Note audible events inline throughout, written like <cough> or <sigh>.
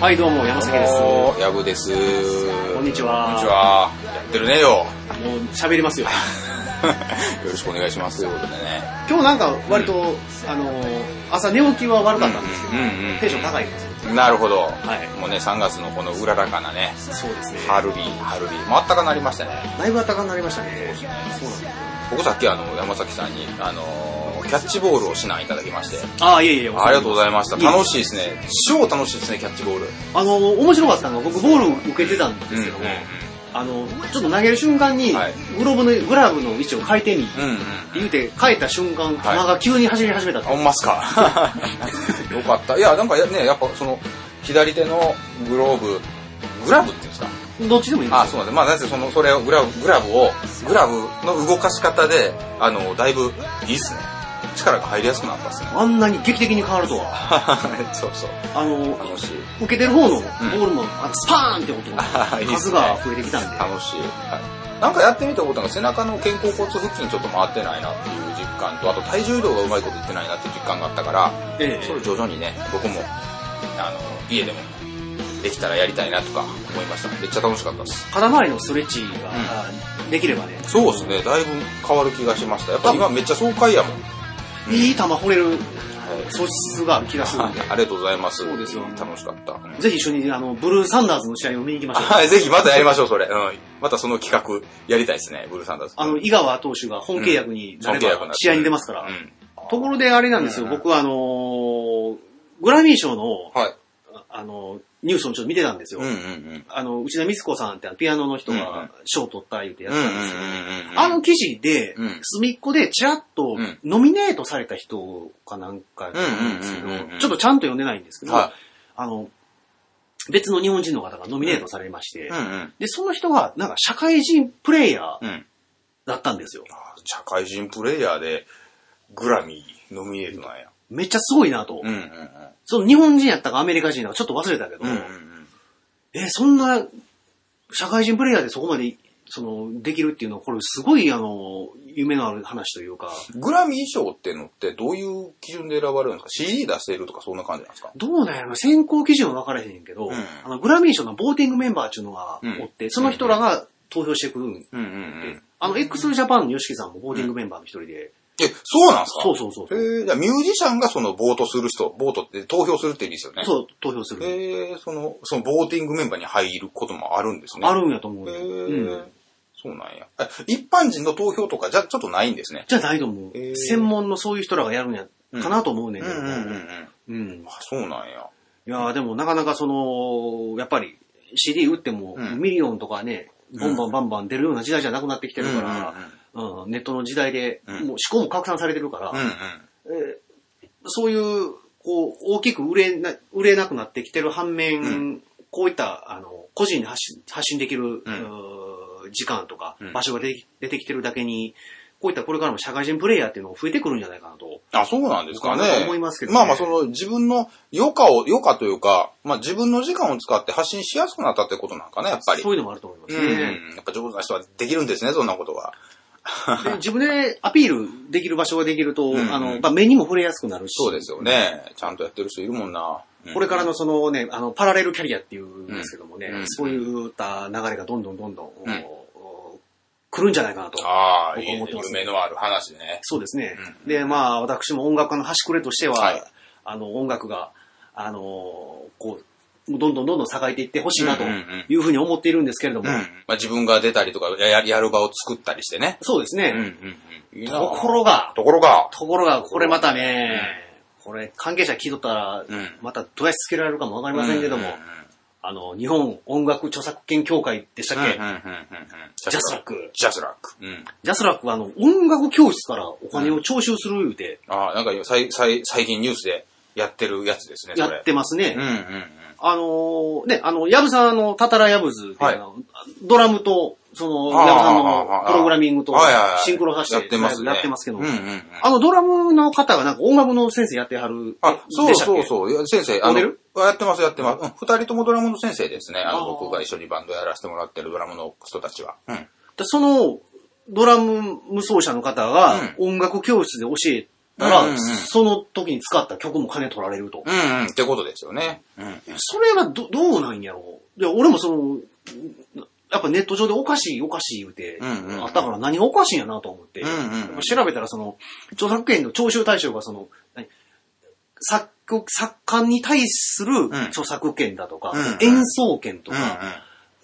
はい、どうも、山崎です。おー、やぶです。ここんんににちは。ちは。やってるねよ。もう、喋ります <laughs> よ。よろしくお願いしますということでね。今日なんか、割と、あのー、朝寝起きは悪かったんですけど、うんうんうんテンション高いんですよ。なるほど。はいもうね、3月のこのうららかなね、そうですね。春に、春に、もうあったかなりましたね。だいぶ暖かくなりましたね。そうなんです。僕さっきあの、山崎さんに、あのー、キャッチボールを指南いただきまして、ああ、いえいえ、ありがとうございました。楽しい。しいですね。超楽しいですね、キャッチボール。あのー、面白かったのが、僕、ボールを受けてたんでうんすけども、あのー、ちょっと投げる瞬間に、はいグローブの、グラブの位置を変えてみ、うんうん。言うて、変えた瞬間、球が急に走り始めたと。ほんますか。 <laughs> よかった。いや、なんかやね、やっぱその、左手のグローブ、グラブっていうんですかどっちでもいいんですよ。あそうなんです。まあ、なぜその、それを、グラブ、グラブを、グラブの動かし方で、あの、だいぶ、いいっすね。力が入りやすくなったっす <laughs> ね。あんなに劇的に変わるとは。そうそう。あのー、楽しい。受けてる方のボールも、あスパーンって音あいいが、っ数すねが増えてきたんで。楽しい。はい。なんかやってみたことが背中の肩甲骨付近ちょっと回ってないなっていう実感と、あと体重移動がうまいこといってないなっていう実感があったから、ええそれ徐々にね、僕も、あの、家でも、できたらやりたいなとか思いました。めっちゃ楽しかったです。肩周りのストレッチが、あできればね、そうですね、だいぶ変わる気がしました。やっぱ今めっちゃ爽快やもん。いい球掘れる素質がある気がするんで、ありがとうございます。そうですよ楽しかった。うんぜひ一緒にあのブルーサンダーズの試合を見に行きましょう。はい、ぜひまたやりましょう、それ。うん。またその企画、やりたいですね、ブルーサンダーズ。あの、井川投手が本契約になれ本契約ばになって試合に出ますから。うん。ところであれなんですよ、うん僕はあのーグラミー賞の、はい。あの、ニュースをちょっと見てたんですよ。うんうんうん。あの、内田光子さんってあのピアノの人うがん賞を取った言うてやっうんてうんたうんですよ。んうん。あの記事でうん、隅っこでちらっとうんノミネートされた人かなんかなんですけどうんうんうんうんう、んちょっとちゃんと読んでないんですけど、はあの、別の日本人の方がノミネートされまして、うんうん。で、その人がなんか社会人プレイヤーうん。だったんですよ。あ社会人プレイヤーで、グラミー、ノミネートなんや。めっちゃすごいなと。うんうんうん。その日本人やったかアメリカ人だかちょっと忘れたけど、うんうんうん。え、そんな社会人プレイヤーでそこまでそのできるっていうのは、これすごいあの、夢のある話というか、グラミー賞ってのってどういう基準で選ばれるんですか ?CD 出してるとかそんな感じなんですかどうなんやろ選考基準は分からへんけど、うんあのグラミー賞のボーティングメンバーっていうのがおって、うんその人らが投票してくるんで、うんうんうん。あの、x ジャパンの YOSHIKI さんもボーティングメンバーの一人で、え、そうなんですかそうそうそうそう、えー、じゃあミュージシャンがそのボートする人、ボートって投票するって意味ですよね。そう、投票する。えー、その、そのボーティングメンバーに入ることもあるんですね。あるんやと思うえよ、ーうん。そうなんや。え一般人の投票とかじゃちょっとないんですね。じゃないと思う、えー専門のそういう人らがやるんや、かなと思うねんけど、ん。うんあ、そうなんや。いやーでもなかなかその、やっぱり CD 売ってもうんミリオンとかね、ボンバンバンバン出るような時代じゃなくなってきてるかうらん、うんネットの時代で、うんもう思考も拡散されてるから、うんうん。えーそういう、こう、大きく売れな、売れなくなってきてる反面、うこういった、あの、個人で発信発信できる、うんうー時間とかう、ん場所が出てき出てきてるだけに、こういったこれからも社会人プレイヤーっていうのが増えてくるんじゃないかなと。あ、そうなんですかね僕は。思いますけどねまあまあ、その自分の余暇を、余暇というか、まあ自分の時間を使って発信しやすくなったってことなんかね、やっぱり。そういうのもあると思いますうんね。うん。やっぱ上手な人はできるんですね、そんなことが。で自分でアピールできる場所ができると、うんあの、まあ、目にも触れやすくなるし。そうですよね。ちゃんとやってる人いるもんな。うんこれからのそのね、あの、パラレルキャリアっていうんですけどもね、うんそういった流れがどんどんどんどん、うんお来るんじゃないかなと。ああ、いい僕は思っねてます夢のある話でね。そうですね。うんで、まあ、私も音楽家の端くれとしては、はいあの、音楽が、あの、こう、どんどんどんどん栄えていってほしいなとうんうんうんいうふうに思っているんですけれども、まあ、自分が出たりとかや、ややる場を作ったりしてね。そうですね。うん。いいなところが、ところが、ところが、これまたね、これ関係者聞いとったら、うんまたどうやってつけられるかもわかりませんけども、ううあの、日本音楽著作権協会でしたっうんうんけ、うんうんうんジャスラック。ジャスラック。うん。ジャスラックはあの、音楽教室からお金を徴収する言うて、ああ、なんか今最、最、最近ニュースでやってるやつですね、やそっれ。てますね。うんうんうん。あのーね、あの、ヤブさんあの、タタラヤブズっていうのはドラムと、その、あーヤブさんのプログラミングとはいはいはいシンクロさせてやってますね。やってますけど、うんうんうん。あのドラムの方がなんか音楽の先生やってはるあ、そでうしたっそけうそう。いや先生、あモのデル、やってます、やってます。うん、二人ともドラムの先生ですね。ああーの、僕が一緒にバンドやらせてもらってるドラムの人たちは。うん。でその、ドラム無奏者の方が音楽教室で教えたら、うんうんうんその時に使った曲も金取られると。うんうん。ってことですよね。うん。それはどどうなんやろう。で、俺もその、やっぱネット上でおかしいおかしい言うて、うんうんあったから何がおかしいんやなと思って、うんうんうん調べたらその、著作権の徴収対象がその、何作曲、作家に対するん著作権だとか、うんうん演奏権とうんうん。か、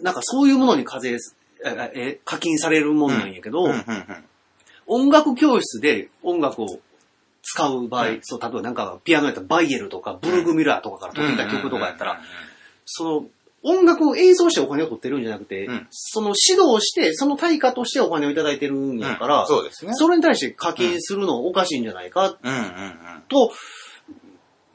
なんかそういうものに課税す、ええ課金されるもんなんやけど、うんうんうん。音楽教室で音楽を使う場合、うんそう、例えばなんかピアノやったらバイエルとかブルグミュラーとかから取ってた曲とかやったら、うんうんうんうん。その、音楽を演奏してお金を取ってるんじゃなくて、うんその指導して、その対価としてお金をいただいてるんやから、うんそうですね。それに対して課金するのおかしいんじゃないか、うんうんうん。と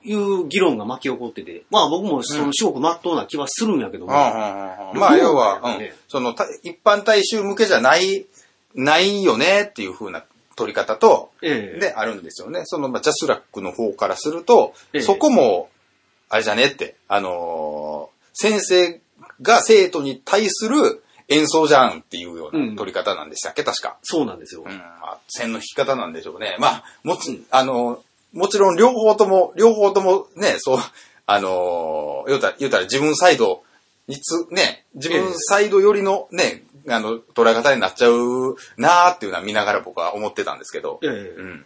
いう議論が巻き起こってて、まあ僕もその至極真っ当な気はするんやけども、うんうんうんうんまどあ、う要なは、んうだろうんねその、た一般大衆向けじゃない、ないよねっていう風な取り方と、ええで、あるんですよね。その、まあ、ジャスラックの方からすると、ええそこも、あれじゃねって、あのー先生が生徒に対する演奏じゃんっていうよううなん取り方なんでしたっけ、確か。そうなんですよ。うん、まあ、線の引き方なんでしょうね。まあ、もち、あのーもちろん両方とも、両方ともね、そう、あのー言うたら、言うたら自分サイドにつ、ね、自分サイドよりのね、あの、捉え方になっちゃうなーっていうのは見ながら僕は思ってたんですけど。ええうん。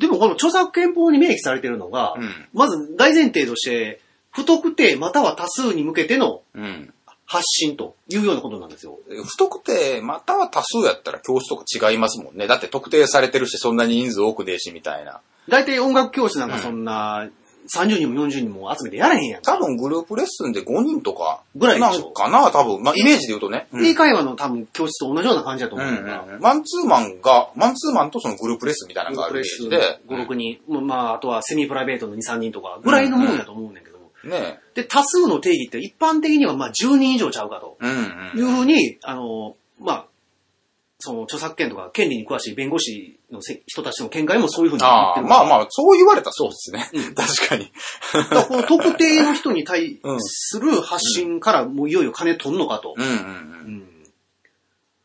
でもこの著作権法に明記されてるのが、うんまず大前提として、不特定または多数に向けてのうん。発信というようなことなんですよ。不特定、または多数やったら教室とか違いますもんね。だって特定されてるし、そんなに人数多くねえし、みたいな。大体音楽教室なんかそんな、30人も40人も集めてやらへんやんか。多分グループレッスンで5人とか。ぐらいでなしょんかな、多分。まあ、イメージで言うとね。うん英会話の多分教室と同じような感じだとう思うんんだから。うんマンツーマンが、マンツーマンとそのグループレッスンみたいなのがあプるイレメースジ5で、。 6人、まあまあ、あとはセミプライベートの2、3人とか、ぐらいのもんやと思うねんだけども。うんねで、多数の定義って一般的にはまあ10人以上ちゃうかと。うんいうふうに、あの、まあ、その著作権とか権利に詳しい弁護士のせ人たちの見解もそういうふうに言あってあ、るまああ。まあ、そう言われたらそうですね。うん <laughs> 確かに。だからこの特定の人に対する発信からもういよいよ金取んのかと。うんうんうん。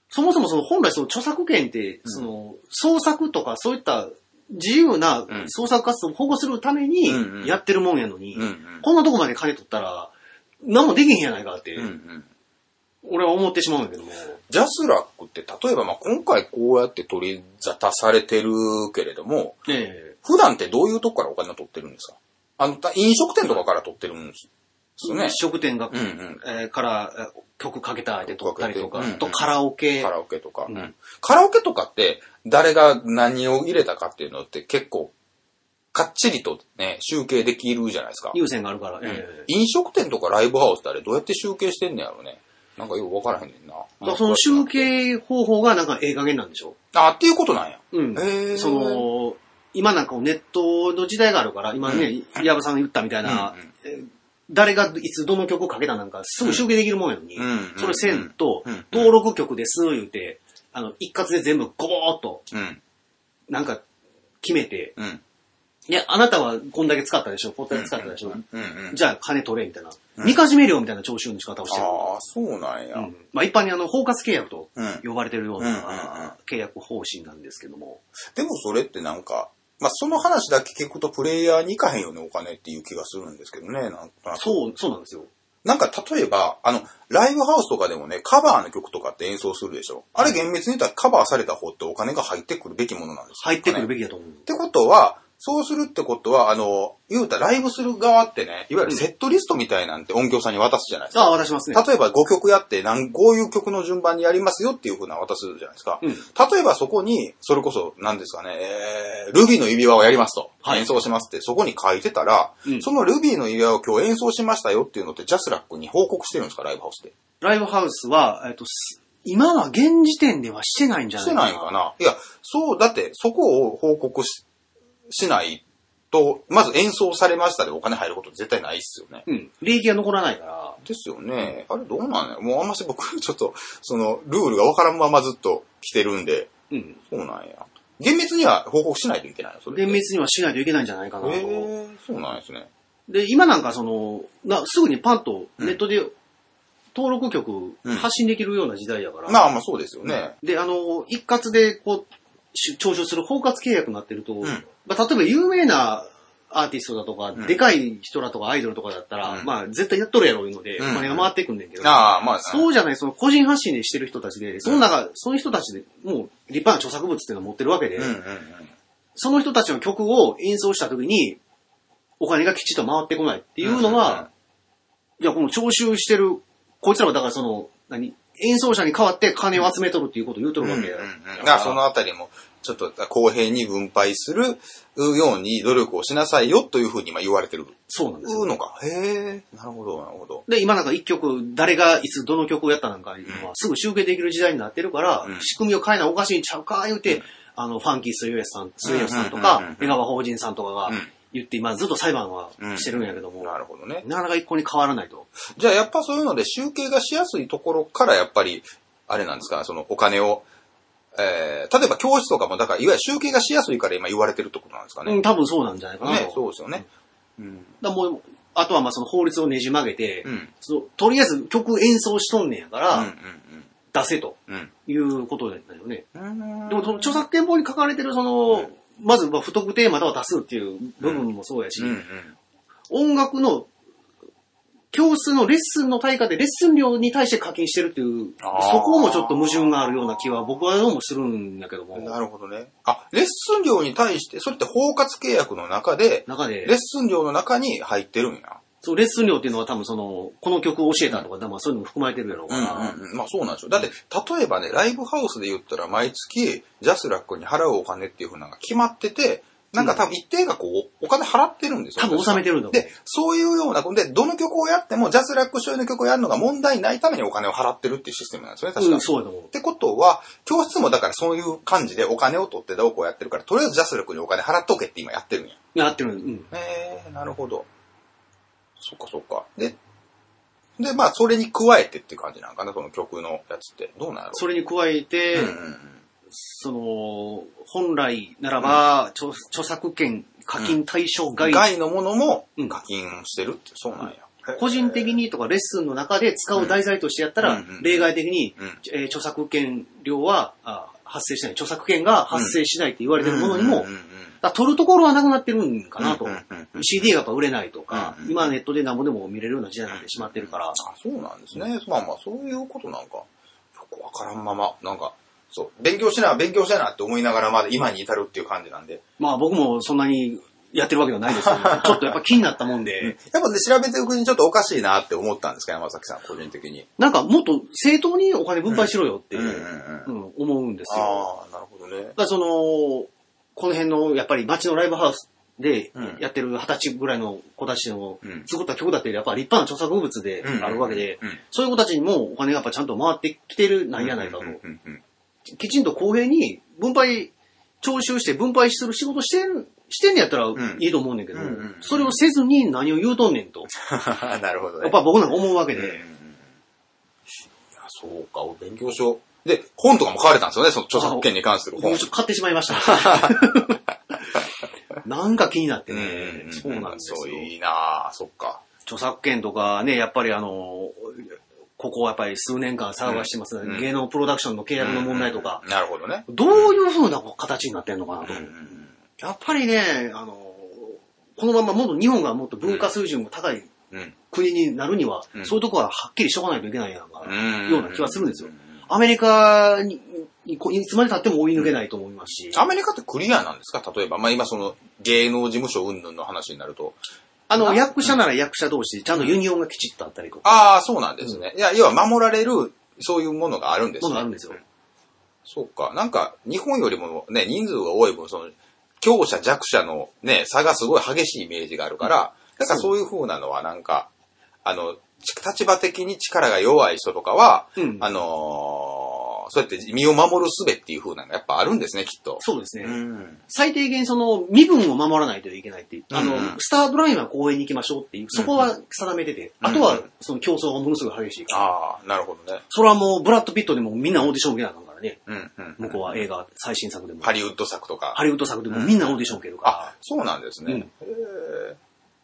そもそもその本来その著作権って、その創作とかそういった自由なうん創作活動を保護するためうんうんにやってるもんやのに、うんうんこんなとこまで金取ったら何もできへんやないかってうんう、ん。俺は思ってしまうんだけども。ジャスラックって、例えばまあ今回こうやって取り沙汰されてるけれども、ええ普段ってどういうとこからお金を取ってるんですかあの、た飲食店とかから取ってるんですよね飲。食店が、うんうんえーからえー曲かけた相手取ったりとか、うんうんとカラオケ。カラオケとか、うんカラオケとかって誰が何を入れたかっていうのって結構かっちりとね、集計できるじゃないですか。優先があるから、ええ飲食店とかライブハウスってあれどうやって集計してんねやろね。なんかよくわからへんねんな。だからその集計方法がなんかええ加減なんでしょあ、っていうことなんや。うんへーその、今なんかネットの時代があるから、今ね、矢部さんが言ったみたいな、えー誰がいつどの曲をかけたなんかすぐ集計できるもんやのに、うんうんそれせんとうん、登録曲です言うて、あの、一括で全部ゴボーっと、うん。なんか決めて、うん。いや、あなたはこんだけ使ったでしょ、こんだけ使ったでしょ、うんうん。じゃあ金取れ、みたいな。みかじめ料みたいな徴収の仕方をしてる。ああ、そうなんや。ううんんまあ一般にあの、包括契約と呼ばれてるよううんうんうんな契約方針なんですけども。でもそれってなんか、まあ、その話だけ聞くとプレイヤーに行かへんよね、お金っていう気がするんですけどね、なんとなくそう、そうなんですよ。なんか例えば、あの、ライブハウスとかでもね、カバーの曲とかって演奏するでしょ。あれ厳密に言ったらカバーされた方ってお金が入ってくるべきものなんですよ入ってくるべき。きだと思う。ってことは、そうするってことは、あの、言うたらライブする側ってね、いわゆるセットリストみたいなんて音響さんに渡すじゃないですか。ああ、渡しますね。例えば5曲やって何、こういう曲の順番にやりますよっていうふうな渡すじゃないですか。うん例えばそこに、それこそ何ですかね、えー、ルビーの指輪をやりますと、はい演奏しますってそこに書いてたら、うんそのルビーの指輪を今日演奏しましたよっていうのってジャスラックに報告してるんですか、ライブハウスで。ライブハウスは、えっと、す今は現時点ではしてないんじゃしなていかな。ないかないや、そう、だってそこを報告ししないと、まず演奏されましたでお金入ること絶対ないっすよね。うん。利益が残らないから。ですよね。あれどうなんやもうあんまし僕、ちょっと、その、ルールがわからんままずっと来てるんで、うん。そうなんや。厳密には報告しないといけないのそれって。厳密にはしないといけないんじゃないかなへと。ーそうなんですね。で、今なんかその、なすぐにパンとうんネットで登録曲うん発信できるような時代やから。まあまあそうですよね。で、あの、一括でこう、し徴収する包括契約になってると、んまあ、例えば有名なアーティストだとか、うんでかい人らとかアイドルとかだったら、うんまあ絶対やっとるやろういうので、うんお金が回ってくんねんけど、ああ、まあ、そうじゃない、その個人発信でしてる人たちで、その中、その人たちでもう立派な著作物っていうのを持ってるわけで、うんうんうん。その人たちの曲を演奏した時に、お金がきちっと回ってこないっていうのは、いや、この徴収してる、こいつらはだからその、何演奏者に代わって金を集めとるっていうことを言うとうんるうんわうん、けやうんうんうんだかかららそのあたりも、ちょっと公平に分配するように努力をしなさいよというふうに今言われてるそうなんですよ。のか。へえ、なるほど、なるほど。で、今なんか一曲、誰がいつどの曲をやったなんかいうのは、すぐ集計できる時代になってるから、うん仕組みを変えなおかしいんちゃうか、言うて、あの、ファンキー・スイエスさん、スイエスさんとうんうんうんかう、ん江川法人さんとかがうん言って、今ずっと裁判はしてるんやけども、なるほどね。なかなか一向に変わらないと。じゃあやっぱそういうので集計がしやすいところからやっぱり、あれなんですか、そのお金を、えー、例えば教室とかも、だからいわゆる集計がしやすいから今言われてるってことなんですかうね。ん、多分そうなんじゃないかなと。ね、そうですよね。うん。だからもう、あとはまあその法律をねじ曲げて、うん。そのとりあえず曲演奏しとんねんやかうんら、出せとうんうん。いうことだよね。うん。でもその著作権法に書かれてるその、まずまあ不特定または多数っていう部分もそうやし、うんうん。音楽の教室のレッスンの対価でレッスン料に対して課金してるっていう、あーそこもちょっと矛盾があるような気は僕はどうもするんやけども、なるほどね。あ、レッスン料に対して、それって包括契約の中で、中でレッスン料の中に入ってるんや。そう、レッスン料っていうのは多分その、この曲を教えたとか、多分そういうのも含まれてるやろうから、うんうん。まあそうなんでしょう。だって、例えばね、ライブハウスで言ったら毎月、ジャスラックに払うお金っていうふうなのが決まってて、なんか多分一定額をお金払ってるんですよ。多分納めてるんだもん。で、そういうような、で、どの曲をやっても、ジャスラック所有の曲をやるのが問題ないためにお金を払ってるっていうシステムなんですよね、確かうにん、。そうやと思うっ。てことは、教室もだからそういう感じでお金を取ってどうこうやってるから、とりあえずジャスラックにお金払っとけって今やってるんや。やってる。うん。へえなるほど。そっかそっか。で、で、まあ、それに加えてっていう感じなんかな、その曲のやつって。どうなんやろそれに加えて、うんうんうんその、本来ならば、著著作権課金対象外、外のものもうん課金してるって、そうなんや。個人的にとかレッスンの中で使う題材としてやったら、うんうん例外的に、うんえー著作権料はあ発生しない。著作権が発生しないって言われてるものにも、うんうんうんだから取るところはなくなってるんかなと。うんうんうんうん CD がやっぱ売れないとか、うんうん今はネットで何もでも見れるような時代になってしまってるから、あ、そうなんですね。まあまあ、そういうことなんか、よくわからんまま、なんか、そう、勉強しな、勉強しなって思いながらまだ今に至るっていう感じなんで。まあ僕もそんなにやってるわけではないです <laughs> けど、ちょっとやっぱ気になったもんで、やっぱね、調べていくうちにちょっとおかしいなって思ったんですか、山崎さん、個人的に。なんかもっと正当にお金分配しろよって、うんうんうんうん思うんですよ。ああ、なるほどねだ。からその、この辺のやっぱり街のライブハウスでうんやってる二十歳ぐらいの子たちのうん作った曲だってやっぱ立派な著作物であるわけで、うんうんうんそういう子たちにもお金がやっぱちゃんと回ってきてるなんやないかと。うんうん <laughs> うんきちんと公平に分配、徴収して分配する仕事してる、してんねやったらんいいと思うねんけど、うんうんそれをせずに何を言うとんねんと、うんなるほどね。やっぱ僕なんか思うわけで、うんうんうんいや、そうか、お勉強しよう。で、本とかも買われたんですよね、その著作権に関するも本うち。ょっと買ってしまいました。 <laughs> なんか気になってね、そうなんですそう、よ。いいなあそっか。著作権とかね、やっぱりあの、ここはやっぱり数年間騒がしてます、うん芸能プロダクションの契約の問題とか、うん。なるほどね。どういう風な形になってんのかなと。うんうんうんやっぱりね、あの、このままもっと日本がもっと文化水準が高いうん国になるには、うんそういうところははっきりしとかないといけないやんか、うんような気はするんですよ。アメリカに、にこいつまで経っても追い抜けないと思いますし。アメリカってクリアなんですか例えば、まあ今その芸能事務所云々の話になると。ああの、役者なら役者同士でちゃんとユニオンがきちっとあったりとか、ああ、そうなんですね。いや、要は守られる、そういうものがあるんですもねのがあるんですよ。そうか。なんか、日本よりもね、人数が多い分、その、強者弱者のね、差がすごい激しいイメージがあるから、だからそういう風なのはなんか、あの、ち立場的に力が弱い人とかは、うんあのーそうやって身を守る術っていう風なのがやっぱあるんですね、きっと。そうですね。ん。最低限その身分を守らないといけないっていう、あの、うんうんスタートラインは公園に行きましょうっていう、そこは定めてて、うんあとはその競争がものすごい激しいから、ああ、なるほどね。それはもうブラッド・ピットでもみんなオーディション受けなあかんからね、うん、うん。向こうは映画最新作でも、ハリウッド作とか。ハリウッド作でもみんなオーディション受けるから、あ、そうなんですね。うんへえ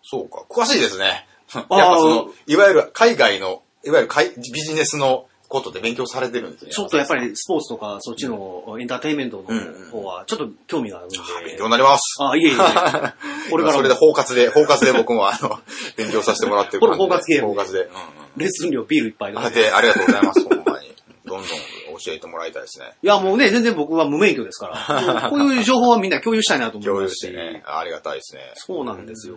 そうか。詳しいですね。やっあーぱその、いわゆる海外の、いわゆる海ビジネスのことで勉強されてるんですね。ちょっとやっぱりスポーツとか、そっちのエンターテインメントの方は、ちょっと興味があるんで。あ勉強になります。あ、い <laughs> えいえ。これか今そられでも包括で、包括で僕もあの、 <laughs> 勉強させてもらってる感じでこれ包括系包括で。うんうんレッスン料ビールいっぱいで。あで、ありがとうございます、ほんまに。どんどん教えてもらいたいですね。いや、もうね、全然僕は無免許です <laughs> から。こういう情報はみんな共有したいなと思い共ま有すしし。てね。ありがたいですね。そうなんですよ。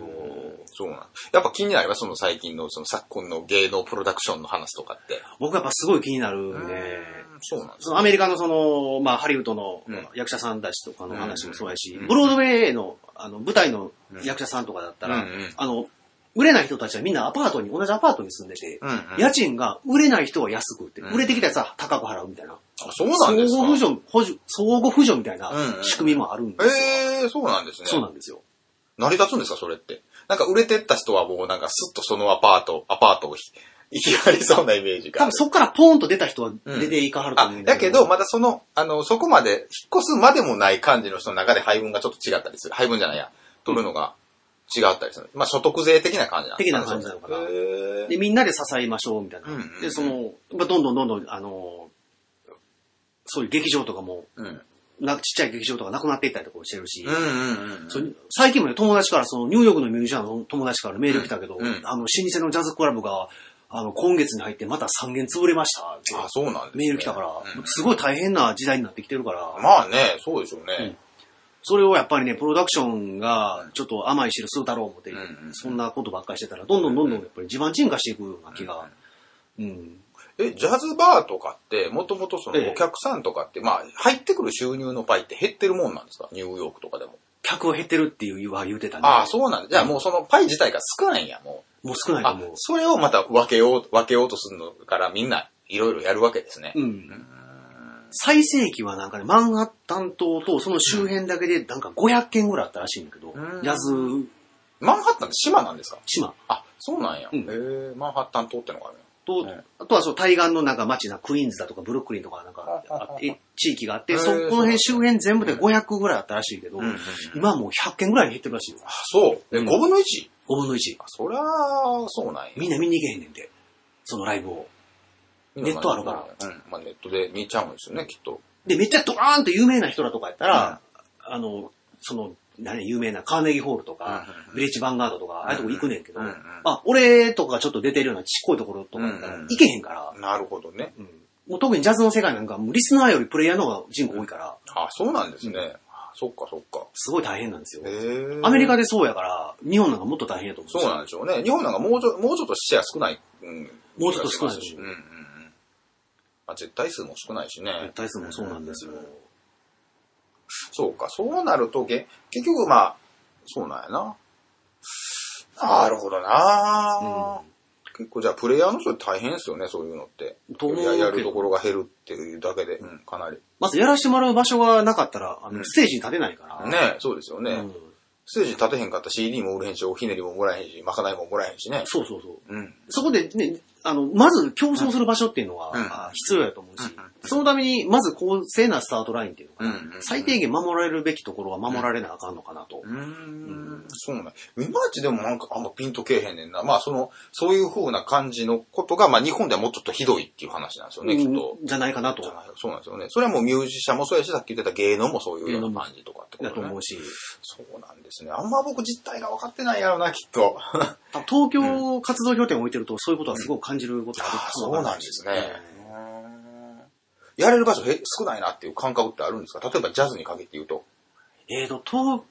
そうなん。やっぱ気になりますその最近の、その昨今の芸能プロダクションの話とかって。僕やっぱすごい気になるんで。そうなんですそのアメリカのその、まあ、ハリウッドのうん役者さんたちとかの話もそうやしうん、ブロードウェイのあの舞台の役者さんとかだったうんうら、ん。あの、売れない人たちはみんなアパートに、同じアパートに住んでて、うんうん家賃が売れない人は安くって、うん売れてきたやつは高く払うみたいな。あそうなんです相か互扶助、補助、相互扶助みたいなうんうん仕組みもあるんですよ。ええー、そうなんですね。そうなんですよ。成り立つんですか、それって。なんか売れてった人はもうなんかスッとそのアパート、アパートをひ <laughs> いきなりそうなイメージが。多分そっからポーンと出た人は出ていかはるとあ思うん、だけど、、まだその、あの、そこまで、引っ越すまでもない感じの人の中で配分がちょっと違ったりする。配分じゃないや。取るのが違ったりする。まあ、所得税的な感じなんですね的な感じなのかなへーで、みんなで支えましょうみたいな。うんうんうんで、その、まあ、どんどんどんどん、あの、そういう劇場とかも、うん。なちっちゃい劇場とかなくなっていったりとかもしてるし、うんうんうんうん。そう最近もね、友達から、その、ニューヨークのミュージシャンの友達からメール来たけど、うんうんあの、老舗のジャズクラブが、あの、今月に入ってまた3軒潰れましたってあ、そうなんです、ね。メール来たから、うんすごい大変な時代になってきてるから、まあね、そうでしょううんね。それをやっぱりね、プロダクションがちょっと甘い汁吸うだろう思って、うんうんうんそんなことばっかりしてたら、どんどんどんどんやっぱり地盤沈下していくような気が、うん。え、ジャズバーとかって、もともとそええのお客さんとかって、まあ、入ってくる収入のパイって減ってるもんなんですかニューヨークとかでも。客は減ってるっていう言わ言うてたんで、ああ、そうなんだ。じゃあもうそのパイ自体が少ないんや、ももう少う。ないとあ思う、。それをまた分けよう、分けようとするのからみんないろいろやるわけですね。うん。最盛期はなんかね、マンハッタン島とその周辺だけでなんか500件ぐらいあったらしいんだけど、うんジャズマンハッタンって島なんですか島あ、そうなんや。うんへえ、マンハッタン島ってのがあるんやと、うんあとはその対岸のなんか町な、クイーンズだとかブルックリンとかなんかああああって、地域があって、へーそこの辺周辺全部で500ぐらいあったらしいけど、うんうんうん今はもう100件ぐらいに減ってるらしいよ。あ、そう。え、うん5分の 1? 5分の1。あ、そりゃあ、そうなんや。。みんな見に行けへんねんて。そのライブを。ネットあるからうん。まあネットで見ちゃうんですよね、きっと。で、めっちゃドカーンと有名な人らとかやったら、あの、その、何、有名なカーネギーホールとか、うんうんうんビレッジヴァンガードとか、ああいうとこ行くねんけど、うんうんあ、俺とかちょっと出てるようなちっこいところとかやったら、うんうん行けへんから、なるほどね。うんもう特にジャズの世界なんか、もうリスナーよりプレイヤーの方が人口多いから、あ、そうなんですね。あそっかそっか。すごい大変なんですよ。へえ。アメリカでそうやから、日本なんかもっと大変やと思う。そうなんでしょうね。日本なんかもうちょもうちょっとシェア少ない。うん、もうちょっと少ないでしょうんうんうん。まあ、絶対数も少ないしね。絶対数もそうなんですよ。そうか、そうなると、げ結局まあ、そうなんやな。なるほどな、結構じゃあ、プレイヤーの人大変ですよね、そういうのって。と思うけどややるところが減るっていうだけで、うん、かなり。まずやらしてもらう場所がなかったら、あうのんステージに立てないから。ねそうですよね。うんステージ立てへんかったら CD も売れへんし、おひねりももらえへんし、まかないももらえへんしね。そうそうそう。うん。そこでね、あの、まず競争する場所っていうのは、うんあ必要やと思うし、うんうんそのために、まず公正なスタートラインっていうのが、うんうんうん最低限守られるべきところは守られなあかんのかなと。うーんそうなん。いまいちでもなんかあんまピンとけえへんねんな。まあその、そういう風な感じのことが、まあ日本ではもうちょっとひどいっていう話なんですよね、きっと。うんじゃないかなと。そうなんですよね。それはもうミュージシャンもそうやし、さっき言ってた芸能もそういうような感じとかってこだとと思ね。うし、そうなんですね。あんま僕実態が分かってないやろな、きっと。あ多分東京活動拠点を置いてると、そういうことはすごく感じることがあるあ、か <laughs> そもわうからなんですいね。やれる場所へ少ないなっていう感覚ってあるんですか例えばジャズに限って言うと。えっ、と、東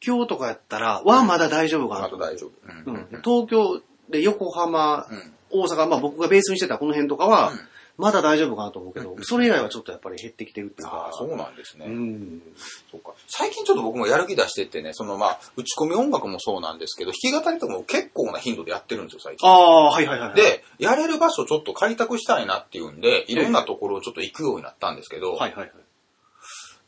京とかやったら、はまだ大丈夫かあなとと。大丈夫。うん東京で横浜、うん大阪、まあ僕がベースにしてたこの辺とかは、うんまだ大丈夫かなと思うけど、それ以外はちょっとやっぱり減ってきてるっていうあかあ、、そうなんですね。うん。そうか。最近ちょっと僕もやる気出してってね、そのまあ、打ち込み音楽もそうなんですけど、弾き語りとかも結構な頻度でやってるんですよ、最あ近。あ、はいはいはいはい。、で、やれる場所ちょっと開拓したいなっていうんで、いろんなところをちょっと行くようになったんですけど、はいはいはい。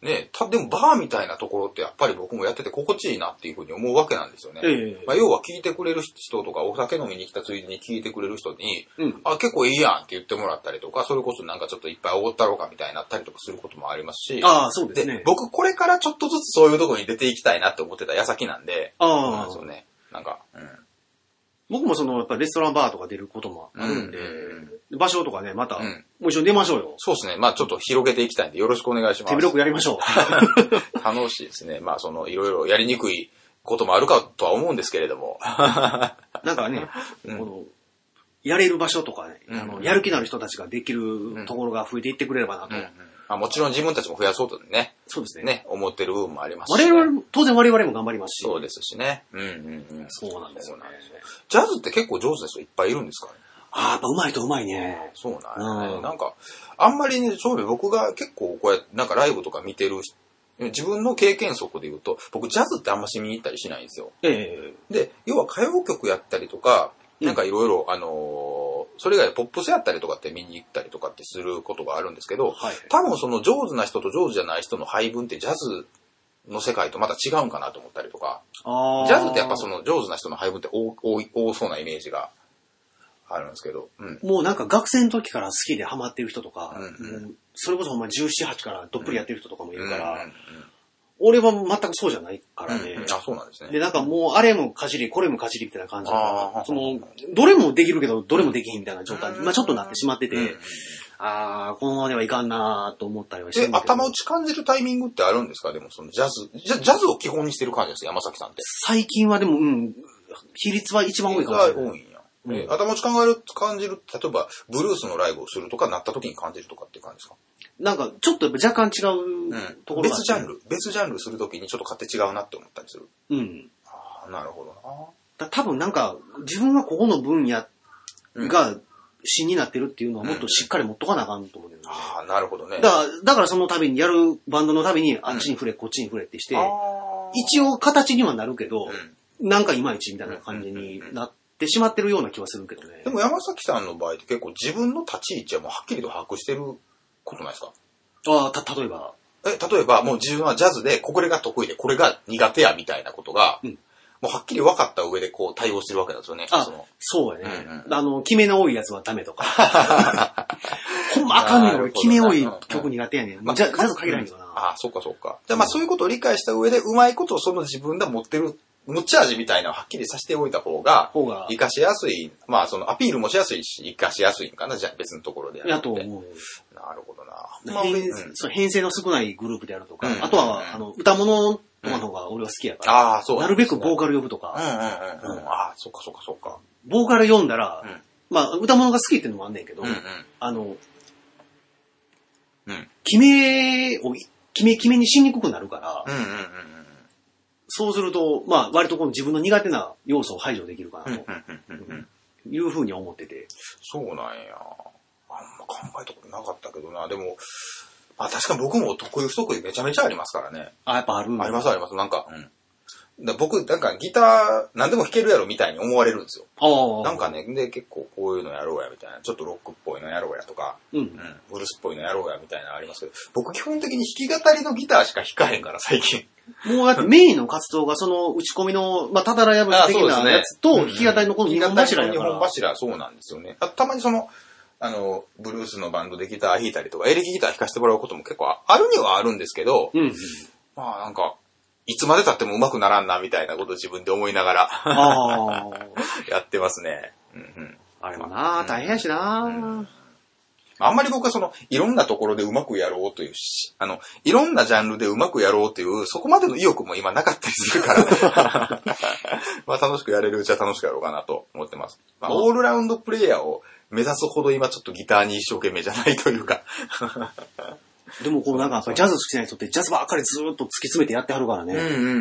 ね、た、でもバーみたいなところってやっぱり僕もやってて心地いいなっていうふうに思うわけなんですよね。ええまあ、要は聞いてくれる人とか、お酒飲みに来たついでに聞いてくれる人に、うん。あ、結構いいやんって言ってもらったりとか、それこそなんかちょっといっぱいおごったろうかみたいになったりとかすることもありますし、ああ、そうでですね。僕これからちょっとずつそういうところに出ていきたいなって思ってた矢先なんで、そうなんあですよあ、ね。なんか、うん僕もその、やっぱレストランバーとか出ることもあるんで、うん場所とかね、また、うんもう一緒に出ましょうよ。そうですね。まあちょっと広げていきたいんでよろしくお願いしま手す。広くやりましょう。楽しいですね。まあその、いろいろやりにくいこともあるかとは思うんですけれども。なんかね、うんこの、やれる場所とかね、うんあの、やる気のある人たちができるところが増えていってくれればなと。まあもちろん自分たちも増やそうとね、そうですね。ね、思ってる部分もあります我し、ね。々も、当然我々も頑張りますし。そうですしね。うんうんうん。そうなんですよね。ジャズって結構上手な人いっぱいいるんですかねああ、やっぱ上手いと上手いね。そうなんやね、うんなんか、あんまりね、そういう僕が結構こうやって、なんかライブとか見てる人、自分の経験則で言うと、僕ジャズってあんまし見に行ったりしないんですよ。ええで、要は歌謡曲やったりとか、うんなんかいろいろ、あのーそれ以外ポップスやったりとかって見に行ったりとかってすることがあるんですけど、はい多分その上手な人と上手じゃない人の配分ってジャズの世界とまた違うんかなと思ったりとか、ああジャズってやっぱその上手な人の配分って多多い多そうなイメージがあるんですけど、うん。もうなんか学生の時から好きでハマってる人とか、うんうんもうそれこそほんま17、8からどっぷりやってる人とかもいるから、うんうん俺は全くそうじゃないからうんね。うんあ、そうなんですね。で、なんかもう、あれもかじり、これもかじりみたいな感じだかあーら、その、どれもできるけど、どれもできひんみたいな状態に、うんまあちょっとなってしまってて、うんうんああこのままではいかんなーと思ったりはしてえるんだけど頭打ち感じるタイミングってあるんですかでもそのジャズ、ジャジャズを基本にしてる感じです、山崎さんって。最近はでも、うん、比率は一番多いかもしれない。多いんや。うんえ頭打ち考える、感じる、例えば、ブルースのライブをするとか、なった時に感じるとかっていう感じですかなんか、ちょっとやっぱ若干違ううんところがあって別ジャンル、別ジャンルするときにちょっと勝手違うなって思ったりする。うん。ああ、なるほどだ多分なんか、自分はここの分野な。うん、が芯になってるっていうのはもっとしっかり持っとかなあかんと思うけどね。ああ、なるほどね。だから、だからその度にやるバンドの度に、あっちに触れ、こっちに触れってして、あー一応形にはなるけど、うんなんかいまいちみたいな感じになってしまってるような気はするけどねで。も山崎さんの場合って結構自分の立ち位置はもうはっきりと把握してることないですかああ、た、例えば。え、例えばもう自分はジャズで、これが得意で、これが苦手やみたいなことが、うんもうはっきり分かった上でこう対応してるわけなんですよね。あそのそうやね。うんあの、決めの多いやつはダメとか。 <laughs> ほんまあかんねん、なる俺。ほど決め多い曲苦手やねん。まあジャジャズ限らへんかな。ああ、そっかそっか。じゃあまあそういうことを理解した上で、うまいことをその自分が持ってる持ち味みたいなのをはっきりさせておいた方が、方が活、かしやすい、まあそのアピールもしやすいし、活かしやすいんかな、じゃあ別のところでややってと思う。なるほどな。まあ、編うんそう編成の少ないグループであるとかう、んあとは、あの、歌物とかの方が俺は好きやから。ああ、そうなるべくボーカカル呼ぶとか、うんうんうんうん。ああ、そっかそっかそっか。ボーカル読んだらうん、まあ、歌物が好きっていうのもあんねんけどうん、うん。あの、うん決めを、決め、決めにしにくくなるから、うんうんうんそうすると、まあ、割とこの自分の苦手な要素を排除できるかうん。うなんとうんうんうん。いうふうに思ってて。そうなんや。あんま考えたことなかったけどな。でも、あ、確かに僕も得意不得意めちゃめちゃありますからね。あ、やっぱあるんだありますあります。なんか、うん、だ僕、なんかギター、何でも弾けるやろみたいに思われるんですよ。ああ。なんかね、で、結構こういうのやろうやみたいな、ちょっとロックっぽいのやろうやとか、う。うんん、ブルースっぽいのやろうやみたいなのありますけど、僕基本的に弾き語りのギターしか弾かへんから、最近。もうだってメインの活動がその打ち込みの、まあ、ただらやぶ的なやつと、弾き語りのこの日本柱のや日か本ら。柱、そうなんですよね。あたまにその、あの、ブルースのバンドでギター弾いたりとか、エレキギター弾かせてもらうことも結構ああるにはあるんですけど、うん。まあなんか、いつまで経っても上手くならんなみたいなことを自分で思いながら。ああ。 <laughs> やってますね。うんうん。 <laughs> あれもなあ、大変やしなあ、あんまり僕はその、いろんなところでうまくやろうというし、あの、いろんなジャンルでうまくやろうという、そこまでの意欲も今なかったりする <laughs> から、まあ楽しくやれるうちは楽しくやろうかなと思ってます。まあ、オールラウンドプレイヤーを目指すほど今ちょっとギターに一生懸命じゃないというか、でもこうなんかやっぱジャズ好きな人ってジャズばっかりずーっと突き詰めてやってはるからね。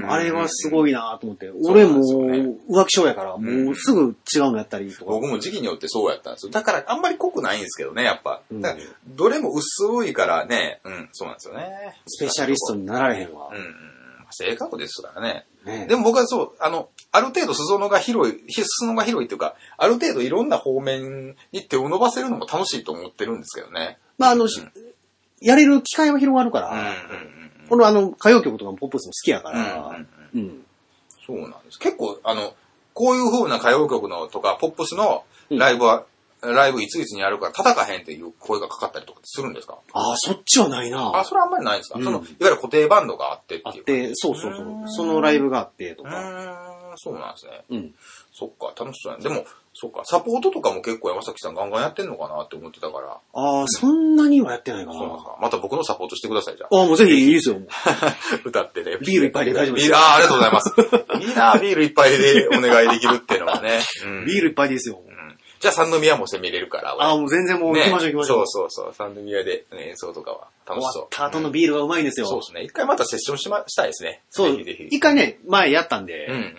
あれはすごいなと思って。ん俺もそうなんう浮気症やから、もうすぐ違うのやったりとか。僕も時期によってそうやったんですよ。だからあんまり濃くないんですけどね、やっぱ。うんだからどれも薄いからね、うん、そうなんですよね。スペシャリストになられへんわう。んうんうん。性格ですからね。ねでも僕はそう、あの、ある程度裾野が広い、ひ裾野が広いというか、ある程度いろんな方面に手を伸ばせるのも楽しいと思ってるんですけどね。まああの、しやれる機会は広がるかうんうんら、このあの、歌謡曲とかもポップスも好きやかうんうんうんうらん、うん。そうなんです。結構、あの、こういう風な歌謡曲のとか、ポップスのライブは、ライブいついつにやるから叩かへんっていう声がかかったりとかってするんですかああ、そっちはないあ、なそれはあんまりないんですか、うんその、いわゆる固定バンドがあってってあっいう。て、そうそうそうう。んそのライブがあってとうか。ーんーそうなんですね。うん。そっか、楽しそうやね。でも、そっか、サポートとかも結構山崎さんガンガンやってんのかなって思ってたから。ああ、そんなにはやってないかな。そうなんですか。また僕のサポートしてください、じゃあ。ああ、もうぜひいいですよ。歌ってね。ビール一杯で大丈夫ですビール、ああ、ありがとうございます。いいな、ビール一杯でお願いできるっていうのはね。うん <laughs> ビールいっぱいでいいですよ。うんじゃあ三宮も攻めれるから。ああ、もう全然もう行きましょう行きましょう。そうそうそう。三宮でね演奏とかは終楽しわそう。った後のうんビールがうまいんですよ。そうですね。一回またセッションしま、したいですね。そう。ぜひぜひ一回ね、前やったんで、うんうんうん。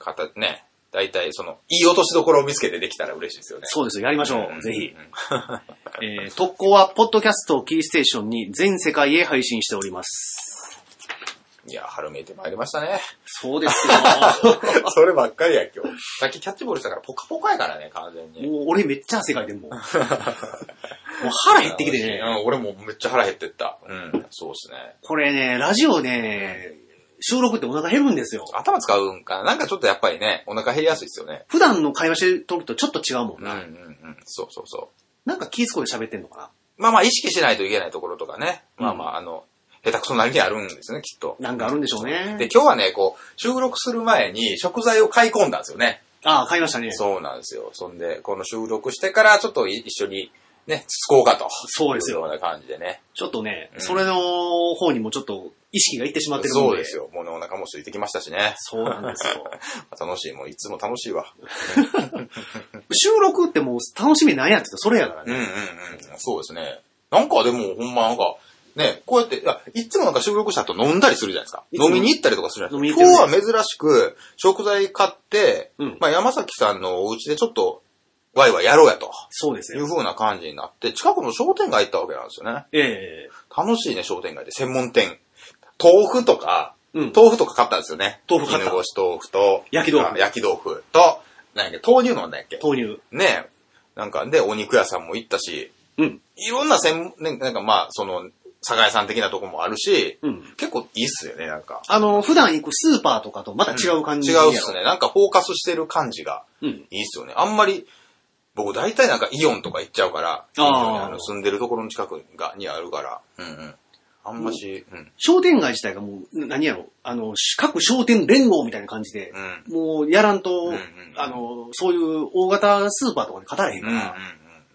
形ね。大体その、いい落としどころを見つけてできたら嬉しいですよね。そうですよ、やりましょう。んぜひ。。うんえー、特攻は、ポッドキャストをキーステーションに全世界へ配信しております。いや、春めいてまいりましたね。 <laughs> そうですよ。そればっかりや、今日。さっきキャッチボールしたからポカポカやからね、完 <laughs> 全に。もう俺めっちゃ汗かいてん <laughs> もん。もう腹減ってきてね。うん、俺もめっちゃ腹減ってった。うん、そうですね。これね、ラジオね、収録ってお腹減るんですよ。頭使うんかななんかちょっとやっぱりね、お腹減りやすいですよね。普段の会話してる時とちょっと違うもんうんな。うんうん。そうそうそなんか気ぃつこいで喋ってんのかう。まあまあ意識しないといけないところとかね。うんまあまあ、あの、下手くそなりにあるんですね、きっと。な。なんかあるんでしょうね。で、今日はね、こう、収録する前に食材を買い込んだんですよね。ああ、買いましたね。そうなんですよ。そんで、この収録してからちょっとい一緒にね、つつこうかと。そうですよいうような感じでね。ちょっとね、うんそれの方にもちょっと意識がいってしまってるもんで。そうですよ。もうね、お腹も空いてきましたしね。そうなんですよ。楽しい。もういつも楽しいわ。収録ってもう楽しみなんやって言ったらそれやからうんね。うんうん。そうですね。なんかでも、ほんまなんか、ね、こうやって、いやいつもなんか収録した後飲んだりするじゃないですか。いつも飲みに行ったりとかするじゃないですか。飲みに行今って日は珍しく、食材買って、うんまあ山崎さんのお家でちょっと、ワイワイやろうやと。そうですいうよ。風な感じになって、近くの商店街行ったわけなんですよね。ええ楽しいね、商店街で。専門店。豆腐とか、うん。豆腐とか買ったんですよね。豆腐買った絹ごし豆腐と、焼き豆腐あ焼き豆腐と、なんやっけ、豆乳のなんだっけ。豆乳。ねえ。なんか、で、お肉屋さんも行ったし、うん。いろんな専門、ね、なんかまあ、その、酒屋さん的なとこもあるし、うん。結構いいっすよね、なんか。あの、普段行くスーパーとかとまた違う感じ違やろうっす。ね。なんかフォーカスしてる感じがうん。いいっすよね。あんまり、僕大体なんかイオンとか行っちゃうから、近所にあーあの住んでるところの近くが、にあるから、うんうん。あんまし、うん。商店街自体がもう、何やろ、あの、各商店連合みたいな感じでう、ん。もうやらんと、うんうんあの、そういう大型スーパーとかで勝たれへんうかんうんら、う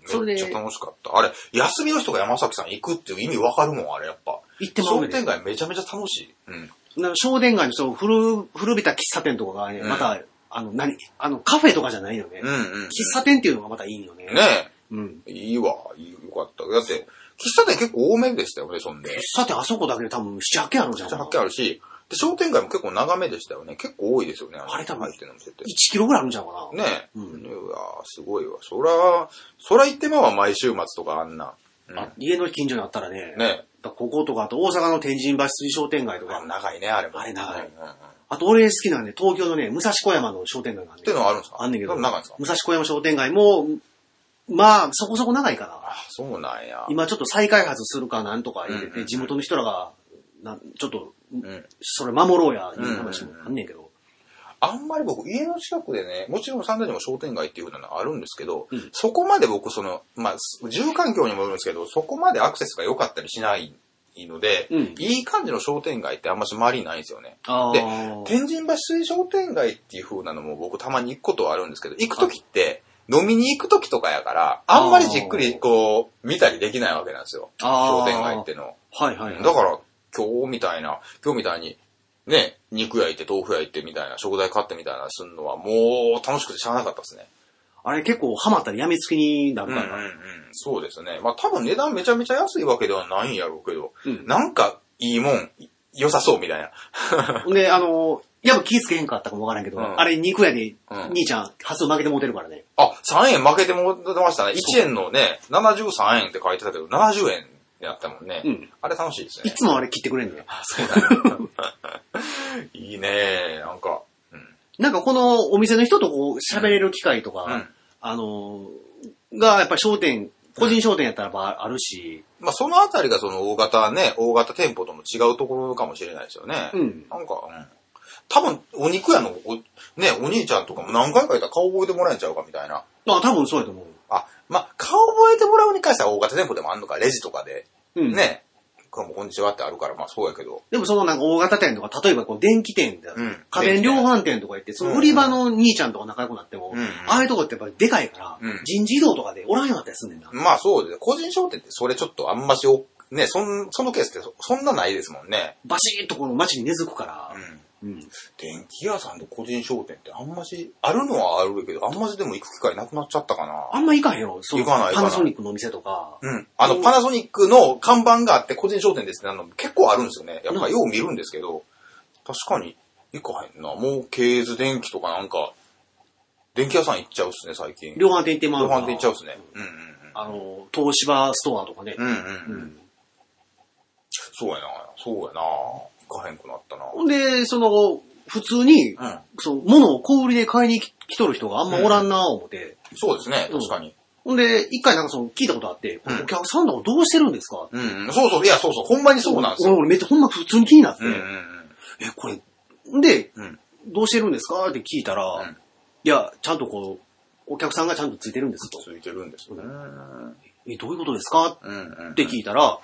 そん。れめっでちゃ楽しかった。あれ、休みの人が山崎さん行くっていう意味わかるもん、あれやっぱ。行ってまう商ねん店街めちゃめちゃ楽しい。うん。な商店街のその古、古びた喫茶店とかがね、うんまた、あの、何あの、カフェとかじゃないよね。う喫んうん。茶店っていうのがまたいいよね。ねうん。え、いいわ、いいよかった。だって、喫茶店結構多めでしたよね、そんで。さて、あそこだけで多分7、8軒あるじゃん。 7、8軒あるし、で、商店街も結構長めでしたよね。結構多いですよね、のあれ多分入ってるの店って1。キロぐらいあるんじゃんかな。ねえ。ううんわすごいわ。そら、そら行ってまうわ、毎週末とかあんな。うんあ家の近所にあったらね、ねだこことか、あと大阪の天神橋筋商店街とえ。あか、長いね、あれも。あれ長いうんうんうんっあと俺好きなね、東京のね、武蔵小山の商店街があんねんていうのはあるんですかあんねんけど、多分武長いんですか蔵小山商店街も、まあ、そこそこ長いかな。あ、そうなんや。今ちょっと再開発するかなんとか言ってうんうんうて、ん地元の人らが、なんちょっと、うん。それ守ろうや、いう話もあんねんけど。あんまり僕、家の近くでね、もちろん三田にも商店街っていうのはあるんですけど、うんそこまで僕、その、まあ、す住環境にもよるんですけど、そこまでアクセスが良かったりしないので、うんいい感じの商店街ってあんまし周りにないんですよね。あであ。天神橋水商店街っていう風なのも僕たまに行くことはあるんですけど、行くときって、飲みに行くときとかやから、あんまりじっくりこう、見たりできないわけなんですよ。あー商店街っての。はいはいはい。だから、今日みたいな、今日みたいに、ね、肉焼いて、豆腐焼いてみたいな、食材買ってみたいな、すんのは、もう、楽しくてしゃあなかったですね。あれ結構ハマったらやみつきになるからな。そうですね。まあ、多分値段めちゃめちゃ安いわけではないんやろうけど、うんなんか、いいもん、良さそうみたいな。ほ <laughs> んで、あの、やっぱ気ぃつけへんかったかもわからんけど、うんあれ肉屋でうん、兄ちゃん、発想負けてもうてるからね。あ、3円負けてもらってましたね。1円のね、73円って書いてたけど、70円やったもんね。うんあれ楽しいですい <laughs> ね。 <laughs> つもあれ切ってくれんのよ。いいねなんか。うん。なんかこのお店の人とこう喋れる機会とか、うんあの、がやっぱり商店、個人商店やったらばあるし、まあ、そのあたりがその大型ね、大型店舗とも違うところかもしれないですよね。うんなんか、うん。多分、お肉屋のお、ね、お兄ちゃんとかも何回かいたら顔覚えてもらえんちゃうかみたいな。まあ多分そうやと思う。あ、まあ、顔覚えてもらうに関しては大型店舗でもあんのか、レジとかで。うん。。ね、からもこんにちはってあるから、まあそうやけど。でもそのなんか大型店とか、例えばこう電気店で、うん家電量販店とか行って、その売り場の兄ちゃんとか仲良くなっても、うんうんああいうとこってやっぱりでかいから、うん人事異動とかでおらんようになったりすんねんな。まあそうで、個人商店ってそれちょっとあんましお、ね、そん、そのケースってそそんなないですもんね。バシーッとこの街に根付くから、ん。うん。電気屋さんと個人商店ってあんまし、あるのはあるけど、あんましでも行く機会なくなっちゃったかな。あんま行かへんよ、その行かない行かパないナソニックのお店とか。うん。あの、パナソニックの看板があって、個人商店ですってなの結構あるんですよね。やっぱよう見るんですけど、確かに、行かへんな。もう、ケーズ電気とかなんか、電気屋さん行っちゃうっすね、最近。量販店行ってまう量から販店行っちゃうっすね。うんうんあの、東芝ストアとかね。うん。うんうんううん。んそうやな。そうやな。行かへんくなったな。ほんで、その、普通に、うん。その、物を小売りで買いに来来とる人があんまおらんなぁ思って。そうですね、うん確かに。ほんで、一回なんかその、聞いたことあって、うんお客さんとかどうしてるんですかうん、うん。そうそう、いや、そうそう、ほんまにそうなんです俺よ。俺めっちゃほんま普通に気になって、うんうんえ、これ、で、うん。うん。どうしてるんですかって聞いたら、うんいや、ちゃんとこう、お客さんがちゃんとついてるんですと。続いてるんですよね。うんえ、どういうことですかうん。って聞いたら、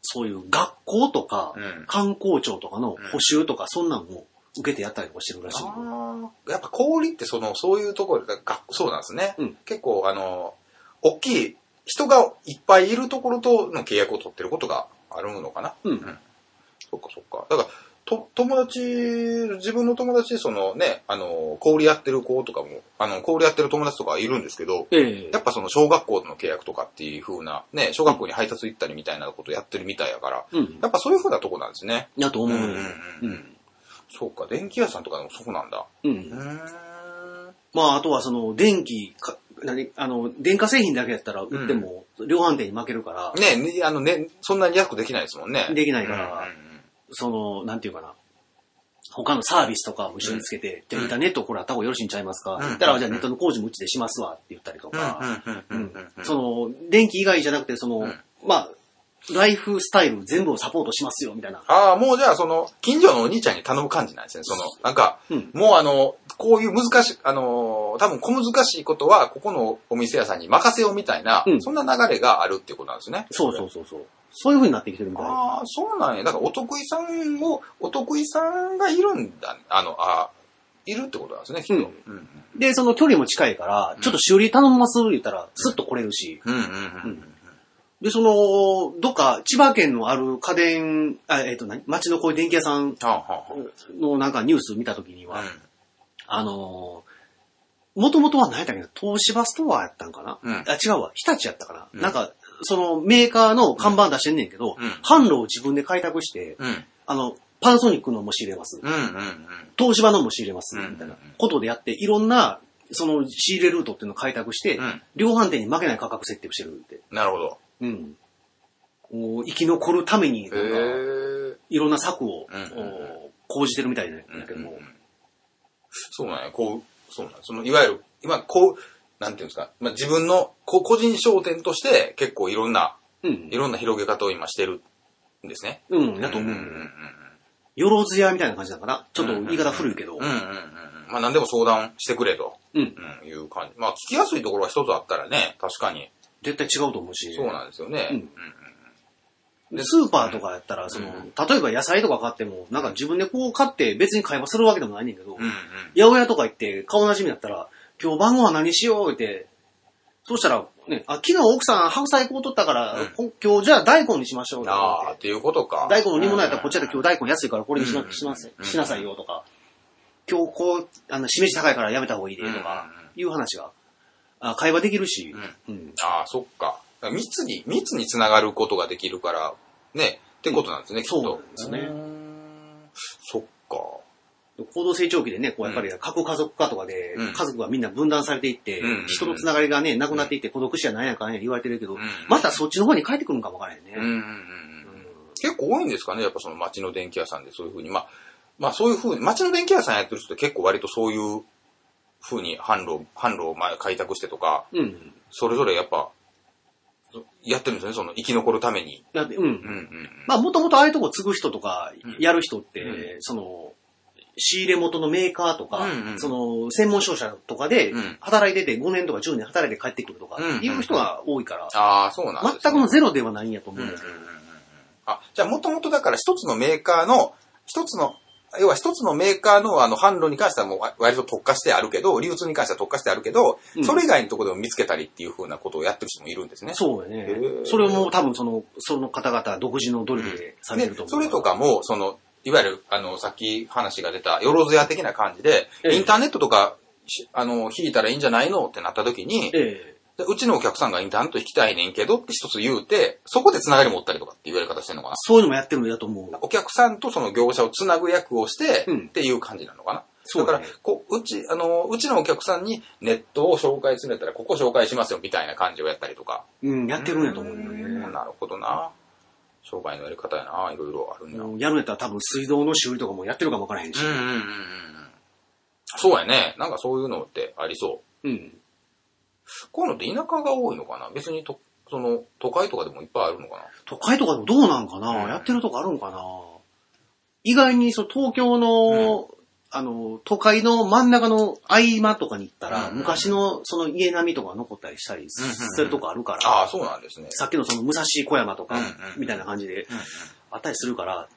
そういう学校とか、うん観光庁とかの補修とか、そんなんを受けてやったりとかしてるらしい。あーやっぱ氷ってその、そういうところが、がそうなんですね。うん結構、あの、大きい、人がいっぱいいるところとの契約を取ってることがあるのかな。うんそっかそっか。だから、と、友達、自分の友達、そのね、あの、氷やってる子とかも、あの、氷やってる友達とかいるんですけど、ええやっぱその小学校との契約とかっていう風な、ね、小学校に配達行ったりみたいなことやってるみたいやから、うん。やっぱそういう風なとこなんですね。だと思う。うんうんうんうんそうか、電気屋さんとかでもそうなんだ。ううーん。ん。まあ、あとはその、電気か、何、あの、電化製品だけやったら売っても、量販店に負けるから、ねねあのね、そんなに約できないですもんね。できないからうんその、なんていうかな。他のサービスとかを後ろにつけて、じゃあインターネットこれあった方がよろしいんちゃいますか、うん言ったら、じゃあネットの工事もうちでしますわって言ったりとか、うんうんうんうんうんうん。その、電気以外じゃなくて、その、うんまあ、ライフスタイル全部をサポートしますよ、みたいな。ああ、もうじゃあその、近所のお兄ちゃんに頼む感じなんですね。その、なんか、うん。もうあの、こういう難しい、あのー、多分小難しいことは、ここのお店屋さんに任せようみたいな、うんそんな流れがあるっていうことなんですね。そうそうそうそう。そういう風になってきてるみたいな。ああ、そうなんや。だから、お得意さんを、お得意さんがいるんだ、あの、あいるってことなんですね、きっと。うんうんで、その距離も近いから、ちょっと修理頼みます言ったら、スッと来れるし。うんうんで、その、どっか、千葉県のある家電、あえっ、と、何町のこういう電気屋さんはあはあはのなんかニュース見たときには、ああのー、もともとは何やったっけな、東芝ストアやったんかな、うんあ、違うわ、日立やったかな、うんなんか、そのメーカーの看板出してんねんけど、うん販路を自分で開拓して、うん。うん。あの、パナソニックのも仕入れます。うんうん東芝のも仕入れます。うんみたいなことでやって、いろんな、その仕入れルートっていうのを開拓して、うん。うん。量販店に負けない価格設定をしてるって。なるほど。うん。お生き残るために、なへんかえ。いろんな策を、うんお講じてるみたいなんだけども、そうなんや、こう、そうなんやその、いわゆる、今、こう、なんていうんですか、まあ、自分の、こう、個人商店として、結構いろんな、うんい。ろんな広げ方を今してるんですね。うん、だと思う。んんんよろずやみたいな感じなのかなちょっと言い方古いけどうん。うんうんうん。まあ、何でも相談してくれと。うん。うん、いう感じ。まあ、聞きやすいところは一つあったらね、確かに。絶対違うと思うし。そうなんですよね。うんでスーパーとかやったら、その、う例えば野菜とか買っても、なんか自分でこう買って別に会話するわけでもないねんけど、うんうん。八百屋とか行って顔なじみだったら、今日晩ご飯何しようって、そうしたら、ね、あ、昨日奥さん白菜こう取ったから、うんこ今日じゃあ大根にしましょうってああ、っていうことか。大根の煮物やったらこっちやったら今日。日大根安いからこれにしな,、うんしますうんしなさいよとか、今日こう、あの、しめじ高いからやめた方がいいでとか、いう話が、あ会話できるし、うんああ、そっか。だから密に、密につながることができるから、ね、ってことなんですね、きっと。そうなんですねうーんそっか。行動成長期でね、こうやっぱり核家族化とかでうん、家族がみんな分断されていってうん、人のつながりがね、なくなっていって孤独死やなんやかんや言われてるけどうん、またそっちの方に帰ってくるんかもわからへんうんうんね。うんうん。結構多いんですかね、やっぱその街の電気屋さんでそういうふうに。まあ、まあそういうふうに、街の電気屋さんやってる人って結構割とそういうふうに販路、販路をまあ開拓してとか、うん。うん。それぞれやっぱ、やってるんですね、その生き残るために。だって、うんうん。うん。まあ、もともとああいうとこ継ぐ人とかうん、やる人っうて、その、仕入れ元のメーカーとかうんう、んその、専門商社とかでうん、働いてて5年とか10年働いて帰ってくるとかうんう、んいう人が多いから、ああ、そうなんです、全くのゼロではないんやと思ううんんうんでうんすけど。うんじゃあ、もともとだから一つのメーカーの、一つの、要は一つのメーカーのあの販路に関してはもうわ割と特化してあるけど、流通に関しては特化してあるけど、うんそれ以外のところでも見つけたりっていうふうなことをやってる人もいるんですね。そうやねへー。それも多分その、その方々独自の努力でされてると思う。でそれとかも、その、いわゆる、あの、さっき話が出た、よろずや的な感じで、ええインターネットとか、しあの、引いたらいいんじゃないのってなった時に、えでうちのお客さんがインターネット引きたいねんけどって一つ言うて、そこでつながり持ったりとかっていうやり方してるのかな。そういうのもやってるんだと思う。お客さんとその業者をつなぐ役をして、うんっていう感じなのかな。そうだだかねらこう、うち、あの、うちのお客さんにネットを紹介するんだったら、ここ紹介しますよみたいな感じをやったりとか。うん、やってるんやと思うようね。んなるほどな。商売のやり方やな。いろいろあるんや。うんやるんやったら多分水道の修理とかもやってるかもわからへんし。うんうんうんうんそうやね。なんかそういうのってありそうん。う。こういうのって田舎が多いのかな別にと、その、都会とかでもいっぱいあるのかな都会とかでもどうなんかな、うんやってるとこあるんかな意外にその東京の、あの、都会の真ん中の合間とかに行ったら、うん昔のその家並みとか残ったりしたりするとこあるから、ああ、そうなんですね。さっきのその武蔵小山とかうんうんみたいな感じでうんうんあったりするから、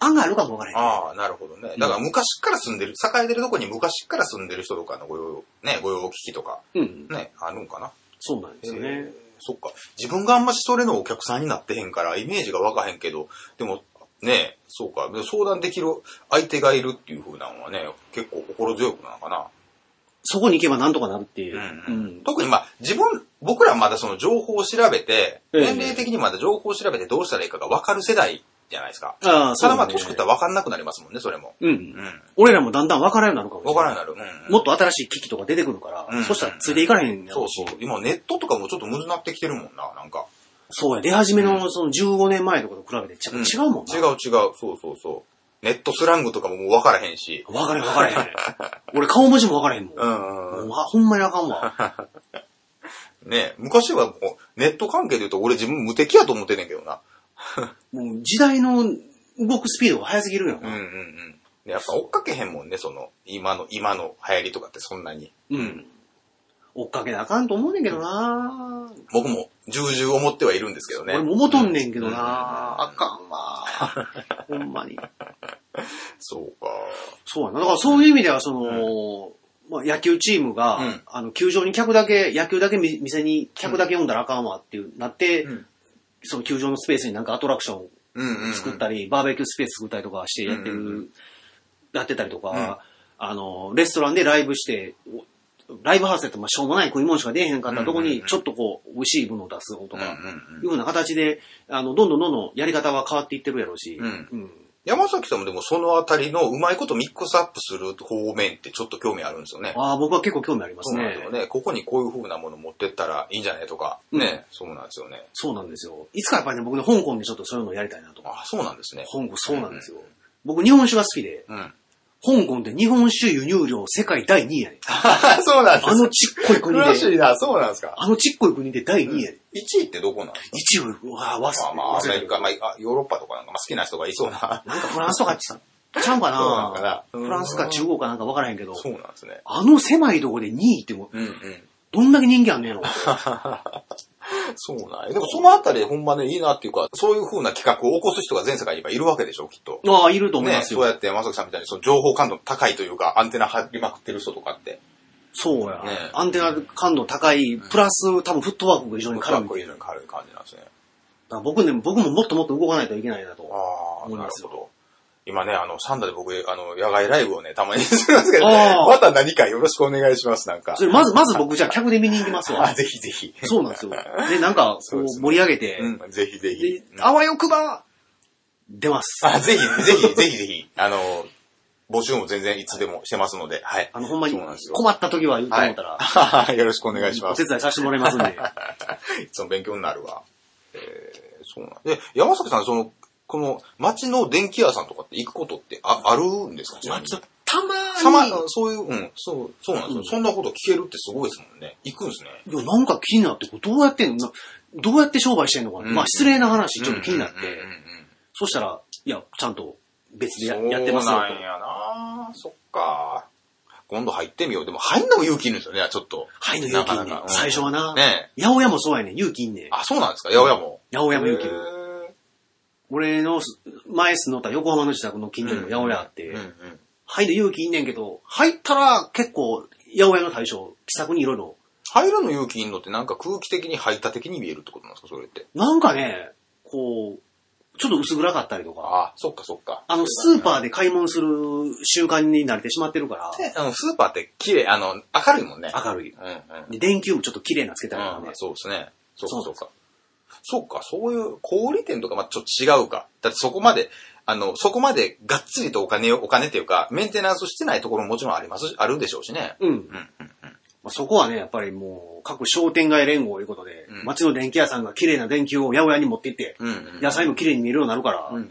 案外あるかもわからへん。ああ、なるほどね。だから昔から住んでる、栄えてるとこに昔から住んでる人とかのご用、ね、ご用聞きとか、うん。ね、あるんかな。そうなんですよへね。そっか。自分があんましそれのお客さんになってへんから、イメージが湧かへんけど、でも、ね、そうか。で相談できる相手がいるっていう風なのはね、結構心強くなのかな。そこに行けばなんとかなるっていう。うん特にまあ、自分、僕らまだその情報を調べて、ええ年齢的にまだ情報を調べてどうしたらいいかが分かる世代じゃないですか。ああ、そそうれだ、はね。まあ、年食ったら分かんなくなりますもんね、それも。う。うんん。俺らもだんだん分からんようになるかもしれ分なかい。らんようになる。うん。もっと新しい機器とか出てくるから、うんそしたらついていかれへんやそろうしそう。今ネットとかもちょっとむずなってきてるもんな、なんか。そうや、出始めのその15年前のことと比べてちゃうん違うもんな。違う違う。そうそうそう。ネットスラングとかももう分からへんし。分からへん分 <laughs> からへん。俺顔文字も分からへんもん。うもんうんうあほんまにあかんわ。ね昔はもう、ネット関係で言うと俺自分無敵やと思ってんねんけどな。もう時代の動くスピードが速すぎるんやうんうんうな。ん。でやっぱ追っかけへんもんね、その、今の、今の流行りとかってそんなに。うん。追っかけなあかんと思うねんけどな、僕も重々思ってはいるんですけどね。俺も思とんねんけどな、うんあかん <laughs> わ。ほんまに。そうか。そうやな。だからそういう意味では、その、まあ、野球チームが、うんあの、球場に客だけ、野球だけみ店に客だけ読んだらあかんわっていう、なって、うんその球場のスペースになんかアトラクションうんうん、うん。作ったり、バーベキュースペース作ったりとかしてやってる、うんうんうやってたりとか、うんあの、レストランでライブして、おライブハウスやってもしょうもない食い物しか出えへんかったとこうんうんにう、んちょっとこう、美味しいものを出すととか、か。うんうんうんいうふうな形で、あの、どんどんどんどんやり方は変わっていってるやろうし、うんうん山崎さんもでもそのあたりのうまいことミックスアップする方面ってちょっと興味あるんですよね。ああ、僕は結構興味ありますそうなんねです。よね。ここにこういう風なもの持ってったらいいんじゃないとか。うんね。そうなんですよね。そうなんですよ。いつかやっぱりね、僕ね、香港でちょっとそういうのをやりたいなと。あ、そうなんですね。香港、そうなんですよ。僕、日本酒が好きで、うん。 <laughs> 香港って日本酒輸入量世界第2位やねん。そうなんですあのちっこい国詳しで、いな、そうなんですか。あのちっこい国で第2位やねん。 1位ってどこなんです一部、うわわかまあまあ、アメリカ、まあ、ヨーロッパとかなんか、まあ、好きな人がいそうな。なんかフランスと <laughs> かちゃうかそうなんかななうんフランスか中国かなんかわからへんけど、そうなんですね。あの狭いとこで2位ってもう、うんうん。どんだけ人気あんねやろ。そうなんやでもそのあたりほんまね、いいなっていうか、そういう風な企画を起こす人が全世界に今いるわけでしょ、きっと。ああ、いると思いね、ますそうよ。やって山崎さんみたいにその情報感度高いというか、アンテナ張りまくってる人とかって。そうやね。アンテナ感度高い、プラス多分フットワークが非常にか絡っむ。こいいのに軽い感じなんですね。だから僕ね、僕ももっともっと動かないといけないなと。ああ、思いなるますほど。今ね、あの、サンダで僕、あの、野外ライブをね、たまにするんですけど、あーまた何かよろしくお願いします、なんかそ。れまず、まず僕じゃあ客で見に行きますあ、わ。ぜひぜひ。そうなんです <laughs> よ。で、なんか、そこううですね盛り上げて、うん、ぜひぜひ。でう、んあわよくば、出ます。あ、ぜひ、ぜひ、ぜひぜひ、あの、募集も全然いつでもしてますので、はい。あの、ほんまにそうなんですよ困った時は言うとは思いったら、はい。 <laughs> よろしくお願いしまおす手。伝いさせてもらいます <laughs> んで。いつも勉強になるわ。えー、そうなんで、山崎さん、その、この、町の電気屋さんとかって行くことってああるんですかちなみにたまーに。たま、そういう、うん、そう、そうなんですよ、うんそんなこと聞けるってすごいですもんね。行くんですね。いや、なんか気になって、これどうやってんのなどうやって商売してんのかな、うんまあ、失礼な話、ちょっと気になって。うんうんうんうんそしたら、いや、ちゃんと別でややってますそようなんやなそっか。今度入ってみよう。でも入んのも勇気いるんですよね、ちょっと。はいの勇気いんねなかなかうん最初はな。ねえ八百屋もそうやねん。勇気いんねん。あ、そうなんですか八百屋も。八百屋も勇気いへる。ー俺のす前住んどった横浜の自宅の近所にも八百屋あって、うんうん。入る勇気いんねんけど、入ったら結構、八百屋の大将、気さくにいろいろ。入らぬ勇気いんのってなんか空気的に排他的に見えるってことなんですか、それって。なんかね、こう、ちょっと薄暗かったりとか、ああ、そっかそっか。あの、スーーパーで買い物する習慣に慣れてしまってるから、ねあの、スーパーって綺麗、あの、明るいもんね。明るい。うんうん。うんで、電球もちょっと綺麗なつけたりとかね。そうですね。そうそかうそうか。そうか、そういう小売店とかまあちょっと違うか。だってそこまで、あの、そこまでがっつりとお金を、お金っていうか、メンテナンスしてないところももちろんありますし、あるでしょうしね。うん。うんうんうん。まあ、そこはね、やっぱりもう、各商店街連合いうことで、うん街の電気屋さんが綺麗な電球を八百屋に持って行って、うんうん野菜も綺麗に見えるようになるから、うんうん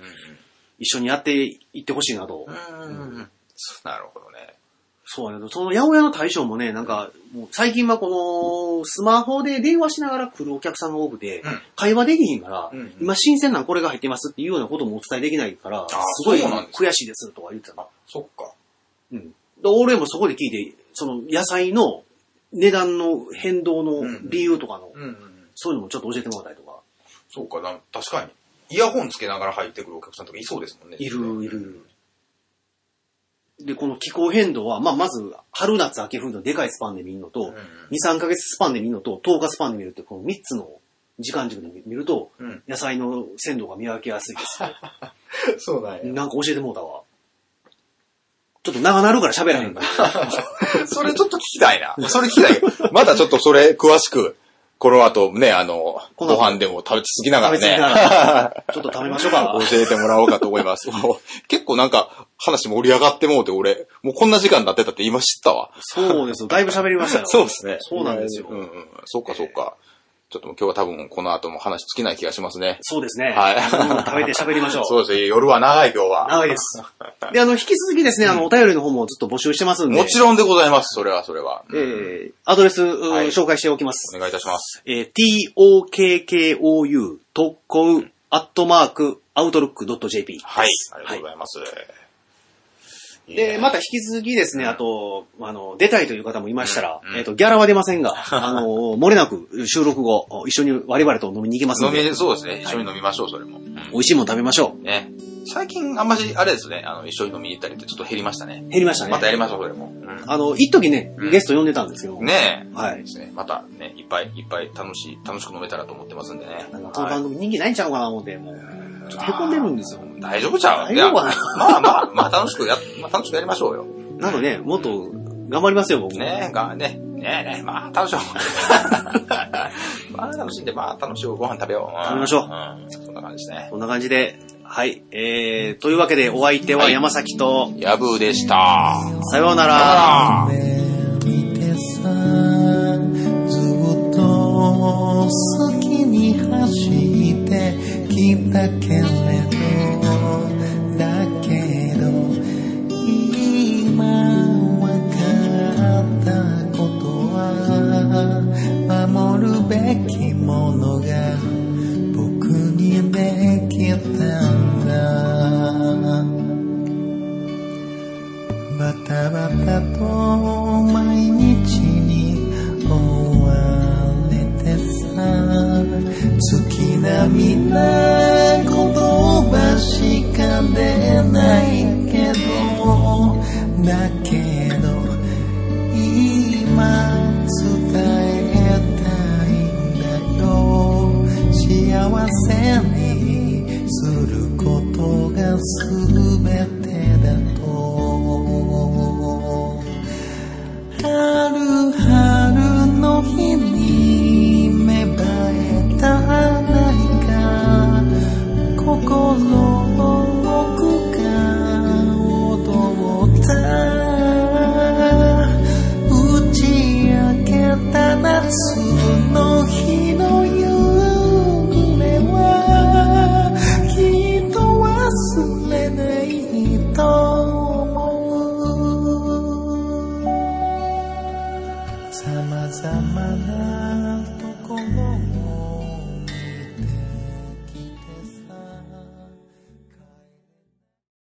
一緒にやっていってほしいなと。うん。うんうんうん。なるほどね。そうやね。その八百屋の大将もね、なんか、もう最近はこの、スマホで電話しながら来るお客さんが多くて、うん会話できひんから、うんうん今新鮮なんこれが入ってますっていうようなこともお伝えできないから、すーごいそうなんです悔しいですとか言ってたな。そっか。うん。で俺もそこで聞いて、その野菜の値段の変動の理由とかの、うんうんうん。そういうのもちょっと教えてもらったりとか、そうか、なん確かに。イヤホンつけながら入ってくるお客さんとかいそうですもんね。いる、いるいる。で、この気候変動は、まあ、まず、春夏秋冬のでかいスパンで見るのと、うん2、3ヶ月スパンで見るのと、10日スパンで見るって、この3つの時間軸で見ると、うん。うん。野菜の鮮度が見分けやすいです。 <laughs> そうだなんか教えてもうたわ。ちょっと長なるから喋らへんから。 <laughs> それちょっと聞きたいな。それ聞きたい。まだちょっとそれ詳しく、この後ね、あの、こごの後飯でも食べ続きながら食べ過ぎ <laughs> ね、ながらちょっと食べましょうか。教えてもらおうかと思います。 <laughs> もう結構なんか話盛り上がってもうて、俺、もうこんな時間になってたって今知ったわ。そうですよ。だいぶ喋りましたよ。そうですね。そうなんですよ。うんうん。そっかそっか。ちょっともう今日は多分この後も話尽きない気がしますね。そうですね。はいうん食べて喋りましょう。そうですね。夜は長い今日は。長いです。で、あの、引き続きですね、あの、お便りの方もずっと募集してますんで。もちろんでございます。それはそれは。うんえー、アドレス、うんはい紹介しておきます。お願いいたします。えー、tokkou, 特攻、アットマーク、アウトロック .jp です。はい。ありがとうございます。いいねで、また引き続きですね、あと、あの、出たいという方もいましたら、うんえっ、と、ギャラは出ませ <laughs> んが、あの、漏れなく収録後、一緒に我々と飲みに行きますの飲で、み、そうですね。一緒に飲みましょう、それも。美味しいもの食べましょね。最近、あんまり、あれですね、あの、一緒に飲みに行ったりってちょっと減りましたねう。。減りましたね。またやりましょう、それも。あの、一時ねう、んゲスト呼んでたんですけど、ねえ。はいですね。またね、いっぱいいっぱい楽しい、楽しく飲めたらと思ってますんでね。なんかこの番組人気ないんちゃうかな思って、もう、ちょっと凹んでるんですよ。大丈夫ちゃう大丈夫かいなやまあまあ、まあ楽しくや、まあ楽しくやりましょうよ。 <laughs> なので、もっと頑張りますよ、僕も。ねえ、がね、ねえねえ、まあ楽しよう。 <laughs> まあ楽しんで、まあ楽しよう。ご飯食べよう。食べましょううん。そんな感じですね。こんな感じで、はい。えー、というわけでお相手は山崎と、やぶーでした。さようなら。あー夢